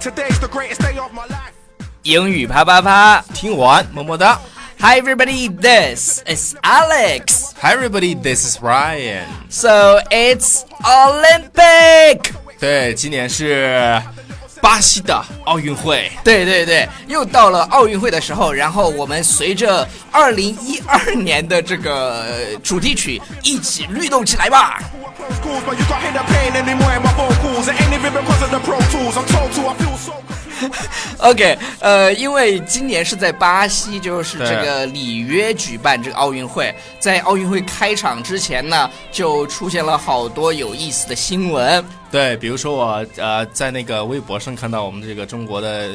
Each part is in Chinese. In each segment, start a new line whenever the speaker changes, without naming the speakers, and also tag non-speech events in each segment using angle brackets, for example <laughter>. Today's the greatest day of my life.
英语啪啪啪
听完么么哒。
！Hi everybody, this is Alex.
Hi everybody, this is Ryan。
So it's Olympic.
对，今年是巴西的奥运会。
对对对，又到了奥运会的时候，然后我们随着二零一二年的这个呃主题曲一起律动起来吧。
Who are close calls, but you can't hear the pain anymore in my vocals. It ain't even because of the pro tools. I'm told to, I feel so confused.
OK，呃，因为今年是在巴西，就是这个里约举办这个奥运会。在奥运会开场之前呢，就出现了好多有意思的新闻。
对，比如说我呃在那个微博上看到我们这个中国的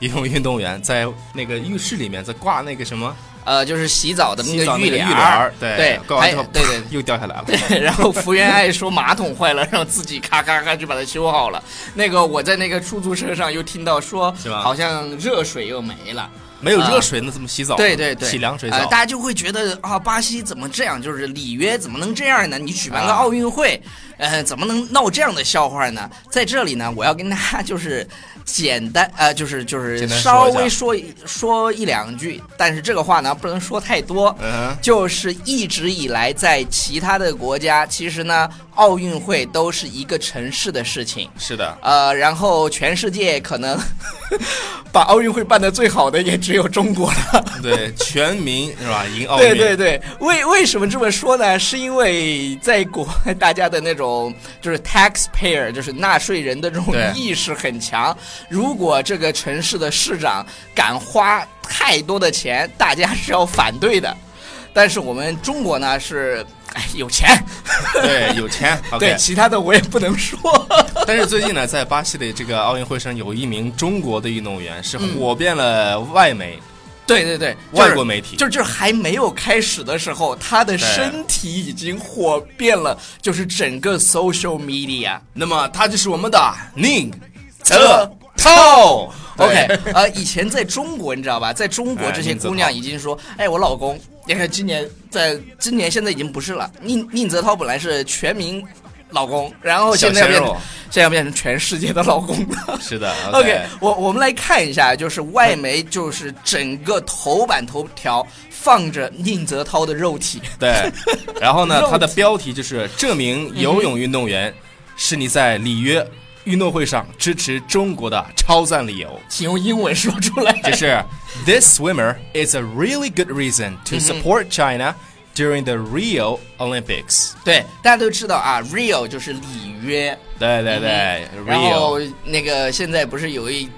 游泳运动员在那个浴室里面在挂那个什么
呃，就是洗澡的
洗
那
澡
个
那个
帘
帘儿，
对
挂完
还
之后
对对
啪又掉下来了。
对， <laughs> 然后福原爱说马桶坏了，让自己咔咔咔就把它修好了。那个我在那个出租车上又听到说
是，吧
好像热水又没了。
没有热水那怎么洗澡？
对对对，
洗凉水
呃
澡
大。家就会觉得啊，巴西怎么这样？就是里约怎么能这样呢？你举办个
啊
奥运会，呃，怎么能闹这样的笑话呢？在这里呢，我要跟大家就是简单呃，就是就是
简单
稍
说一下
微说一说一两句，但是这个话呢不能说太多。
嗯哼
就是一直以来在其他的国家，其实呢，奥运会都是一个城市的事情。
是的，
呃，然后全世界可能 <laughs> 把奥运会办得最好的也只有中国了。
对，全民是吧？赢奥运。
对对对，为为什么这么说呢？是因为在国 <laughs> 外大家的那种就是 taxpayer，就是纳税人的这种
对
意识很强。如果这个城市的市长敢花太多的钱，大家是要反对的。但是我们中国呢是，哎，有钱。
对
<laughs>
有钱。
对
OK，
其他的我也不能
<laughs>
说。
但是最近呢，在巴西的这个奥运会上，有一名中国的运动员是
嗯
火遍了外媒。
对对对，
外
就是
国媒体
就是就是还没有开始的时候，他的身体已经火遍了，就是整个 social media。
那么他啊就是我们的宁
泽
泽涛。
OK，
<laughs> 对
呃，以前在中国你知道吧，在中国
哎
这些
宁泽
姑娘
涛
已经说，哎，我老公，你看今年在今年现在已经不是了，宁宁泽涛本来是全民老公，然后现在
小鲜
变成
肉
现在变成全世界的老公了。
是
<laughs>
的
OK，我我们来看一下，就是外媒就是整个头版头条放着宁泽涛的肉体。
对，
<laughs>
然后呢
肉，体嗯
它的标题就是“这名游泳运动员是你在里约运动会上支持中国的超赞
<laughs>
理由”，
请用英文说出来。
就是 “This swimmer is a really good reason
嗯
to support China during the Rio Olympics”。
对，大家都知道啊，Rio 就是里约，
对对对
嗯然后
，Rio，
那个现在不是有一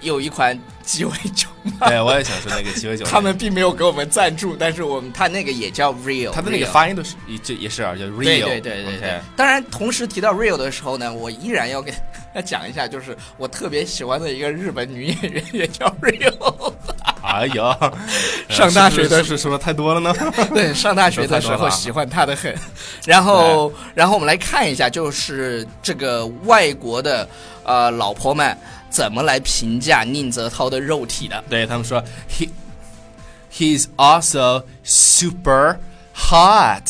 有一款鸡尾酒吗？
对我也想说那个鸡尾酒，
<laughs> 他们并没有给我们赞助，但是我们他那个也叫 Rio，
他的那个
Rio
发音都是也这也是啊，叫 Rio，
对对对对对
OK。
当然，同时提到 Rio 的时候呢，我依然要跟 <laughs> 大家讲一下，就是我特别喜欢的一个日本女演员也叫 <laughs> Rio。
<laughs> 哎呀，
<laughs> 上大学的
是不是说太多了呢？
对，上大学的时候喜欢他的很。然后，然后我们来看一下，就是这个外国的呃老婆们怎么来评价宁泽涛的肉体的。
对他们说，he he's also super hot，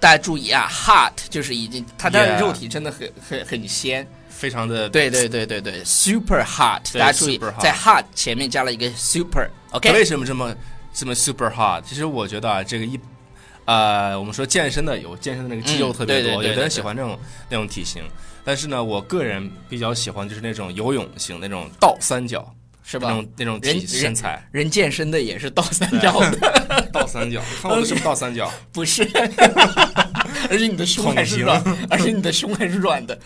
大家注意啊，hot 就是已经他的
Yeah
肉体真的很很很鲜。
非常的
对对对对对，super hot，
对
大家注意
super hot
在 hot 前面加了一个 super。
他
OK，
为什么这么这么 super hot？其实我觉得啊，这个一呃，我们说健身的有健身的那个肌肉
嗯
特别
对对
多，
对
有的
对
人喜欢这种那种体型，但是呢，我个人比较喜欢就是那种游泳型那种倒三角，
是
那
吧
种？那种
人
体
人 <laughs>
身材
人健身的也是倒三角的， <laughs>
倒三角，看我的什么倒三角？
不是。而且你的胸还是
桶型
软，而且你的胸还是软的，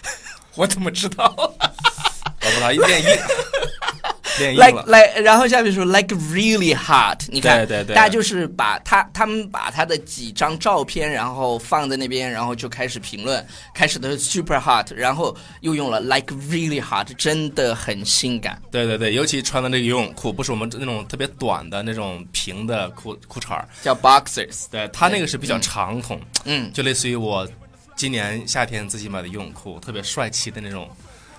<laughs> 我怎么知道？
我不知道，
<laughs>
练硬，练硬
like
了。
like，然后下面说 like really hot，你看，
对对对
大家就是把他他们把他的几张照片，然后放在那边，然后就开始评论，开始的是 super hot，然后又用了 like really hot，真的很性感。
对对对，尤其穿的那个游泳裤，不是我们那种特别短的那种平的裤裤衩儿，
叫 boxers，
对，它那个是比较长筒，
嗯，
就类似于我今年夏天自己买的游泳裤，特别帅气的那种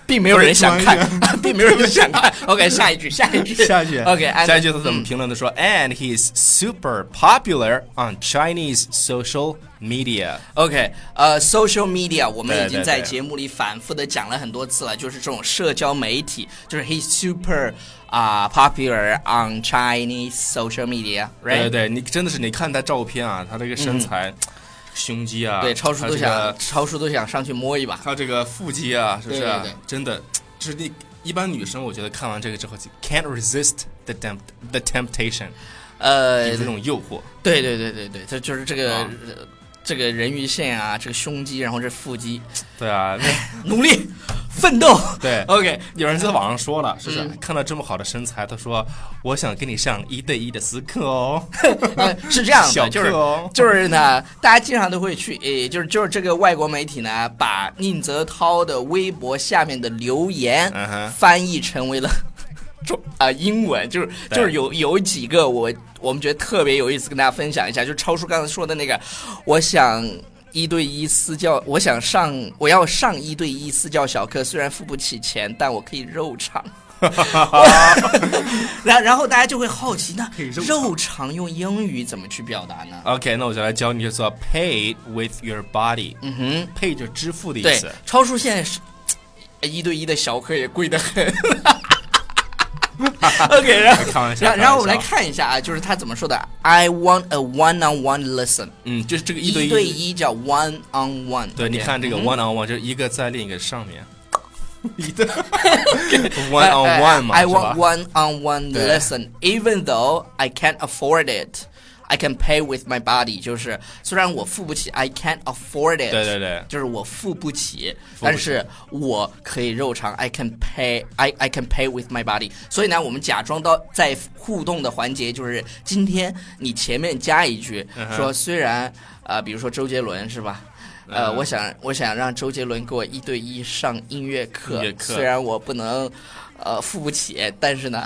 并没有人想看， <laughs> 并没有人想
<laughs>
看。OK，下一句，下一句，
下 <laughs> 一句
OK，安
下一句他怎么评论的说、a n d he's super popular on Chinese social media。
OK，呃，social media 我们已
对
经
对
在
对
节目里反复的讲了很多次了，就是这种社交媒体，就是 he's super 啊、popular on Chinese social media，right？
对对对，你真的是你看他照片啊，他这个身材、胸肌啊，
对超叔
他
都
这
想、
个
超叔都想上去摸一把。
他这个腹肌啊，是不是啊、
对对对
真的，就是你一般女生，我觉得看完这个之后就，can't resist the tempt the temptation，
呃
就，这种诱惑。
对对对对对，这就是这个、
啊
呃这个人鱼线啊，这个胸肌，然后这腹肌，
对
<laughs>
啊，那
努力奋斗。
对
，OK，嗯
有人在网上说了，是不是、看到这么好的身材，他说我想跟你上一对一的私课
<laughs>
哦。
呃，是这样
小
的，
课
就是
哦
就是呢，大家经常都会去，诶，就是就是这个外国媒体呢，把宁泽涛的微博下面的留言
嗯哼
翻译成为了中啊、英文，就是
对
就是有有几个我我们觉得特别有意思，跟大家分享一下，就超叔刚才说的那个，我想。一对一私教，我想上，我要上一对一私教小课，虽然付不起钱，但我可以肉
<laughs>
偿。 <laughs> 然然后大家就会好奇，
<laughs>
那
以肉
肉偿用英语怎么去表达呢？
OK，那我就来教你，就做 pay with your body，
嗯哼，
pay 就支付的意
对
思。，
超叔现在是一对一的小课也贵得
<laughs>
很。OK，然后
开玩笑
然后然后我们
开
来
玩笑
看一下啊，就是他怎么说的？I want a one-on-one lesson，
嗯，就是这个一
一
对
对一嗯叫 one-on-one。
对，你看这个 one on one 就是一个在另一个
<laughs>
上面，一对
I-
<laughs>
<laughs>
one on one 嘛
哎 I
是
want
吧？
one-on-one
对
lesson, even though I can't afford it. I can pay with my body，就是虽然我付不起，I can't afford it。
对对对
就是我付不起，
起
但是我可以肉偿，I can pay，I I can pay with my body。所以呢，我们假装到在互动的环节，就是今天你前面加一句，
嗯
说虽然呃，比如说周杰伦是吧？呃，
嗯
我想我想让周杰伦给我一对一上音乐课，
音乐课
虽然我不能。呃，付不起，但是
<laughs>
呢，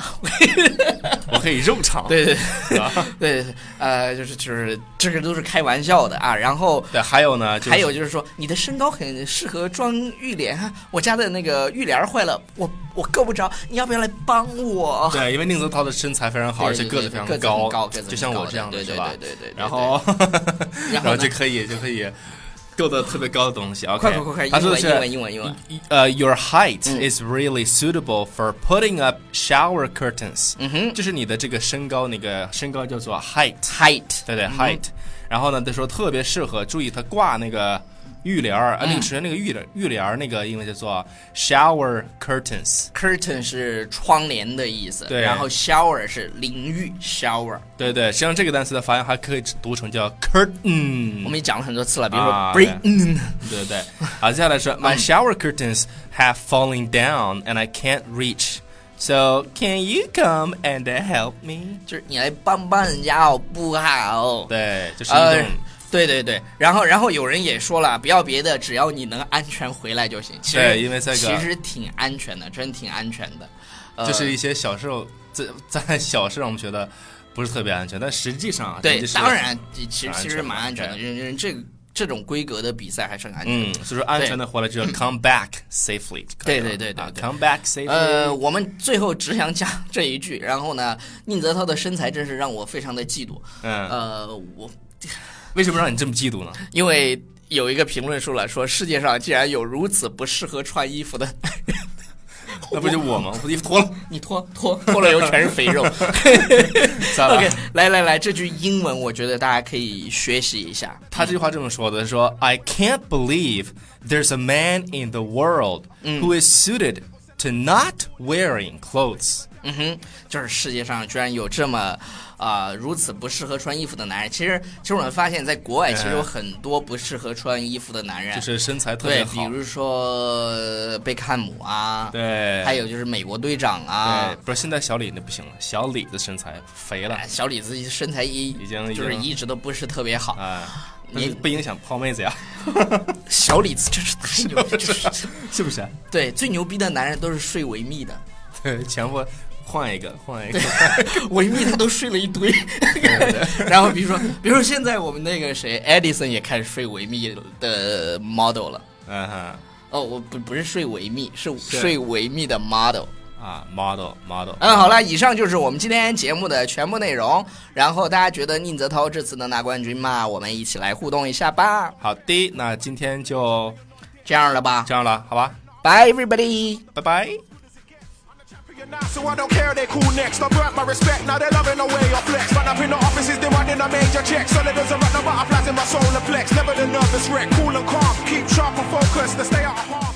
我可以肉偿。
<laughs> 对对
是吧
对，呃，就是就是这个都是开玩笑的啊。然后
对，还有呢，就是
还有就是说，你的身高很适合装浴帘啊，我家的那个浴帘坏了，我我够不着，你要不要来帮我？
对，因为宁泽涛的身材非常好，而
对
且
对
个
对
子非常
个子很高个子很
就像我这样
高
的
对
是吧？
对对对对对对
然后
然
<laughs> 然
后呢
后就可以就可以够到特别高的东西。OK，
快快快快，
他
英
说
文
是
英文英文英文，
呃，your height
嗯
is really suitable for putting up shower curtains。
嗯哼
就是你的这个身高，那个身高叫做 height。
，height，
对对、
嗯
h e i g h t 然后呢，他说特别适合，注意他挂那个浴帘儿，啊，那个
嗯
首先那个浴帘浴帘儿那个英文叫做 shower curtains。
curtain 是窗帘的意思，
对嗯
然后 shower 是淋浴 shower，
对对，实际上这个单词的发音还可以读成叫 curtain。
我们也讲了很多次了，比如说
啊
Britain，
对对对，好，接下
<laughs>
来说，My shower curtains have fallen down and I can't reach, so can you come and help me？
就是你来帮帮人家好不好？
对，就是一
呃
种，
对对对，然后然后有人也说了，不要别的，只要你能安全回来就行。其实
对因为这个
其实挺安全的，真挺安全的。呃、
就是一些小时候在在小时候我们觉得不是特别安全，但实际上啊
对
人家，是
当然，其其实
蛮安全的
其实蛮安全的，
对
人人这个这种规格的比赛还是很安全的。
嗯，所以说安全的回来就要 come back safely 就可
对
以了。
对对对
啊
对
，come back safely。
呃，我们最后只想讲这一句，然后呢，宁泽涛的身材真是让我非常的嫉妒。
嗯，
呃，我
为什么让你这么嫉妒呢？
因为有一个评论说了，说世界上竟然有如此不适合穿衣服的 <laughs>
那不就我吗？我把衣服脱了，
你脱脱脱了以后全是肥
<laughs>
肉。
算
<laughs>
了
OK，来来来，这句英文我觉得大家可以学习一下。
他这句话这么说的：说 I can't believe there's a man in the world who is suited to not wearing clothes。
嗯哼，就是世界上居然有这么啊、如此不适合穿衣服的男人。其实，其实我们发现，在国外其实有很多不适合穿衣服的男人，
就是身材特别
对，比
好，
如说贝克汉姆啊，
对
还有就是美国队长啊
对，，不是现在小李那不行了，小李的身材肥了
哎小李子身材一
已经
就是
已经
一直都不是特别好。
啊，
<laughs>
但
你
是不影响泡妹子呀，
小李子真是太牛逼， <laughs> 就是
是不是？
对最牛逼的男人都是睡维密的。
对，前夫换一个，换一个，
<laughs> 维密他都睡了一堆，然后比如说，比如说现在我们那个谁，Edison 也开始睡维密的 model 了。
<laughs> 嗯哼，
哦，我不不是睡维密，是睡维密的 model。
啊，model model。
嗯，好了，以上就是我们今天节目的全部内容。然后大家觉得宁泽涛这次能拿冠军吗？我们一起来互动一下吧。
好的，那今天就
这样了吧
这样了，好吧，
，Bye everybody。
拜拜。
So I don't care, they cool next. I've earned my respect, now they're loving the way I flex. Man, up in the offices, they running a major check. Solid as a rock, the butterflies in my solar plex. Never the nervous wreck, cool and calm. Keep sharp and focused, to stay out of harm.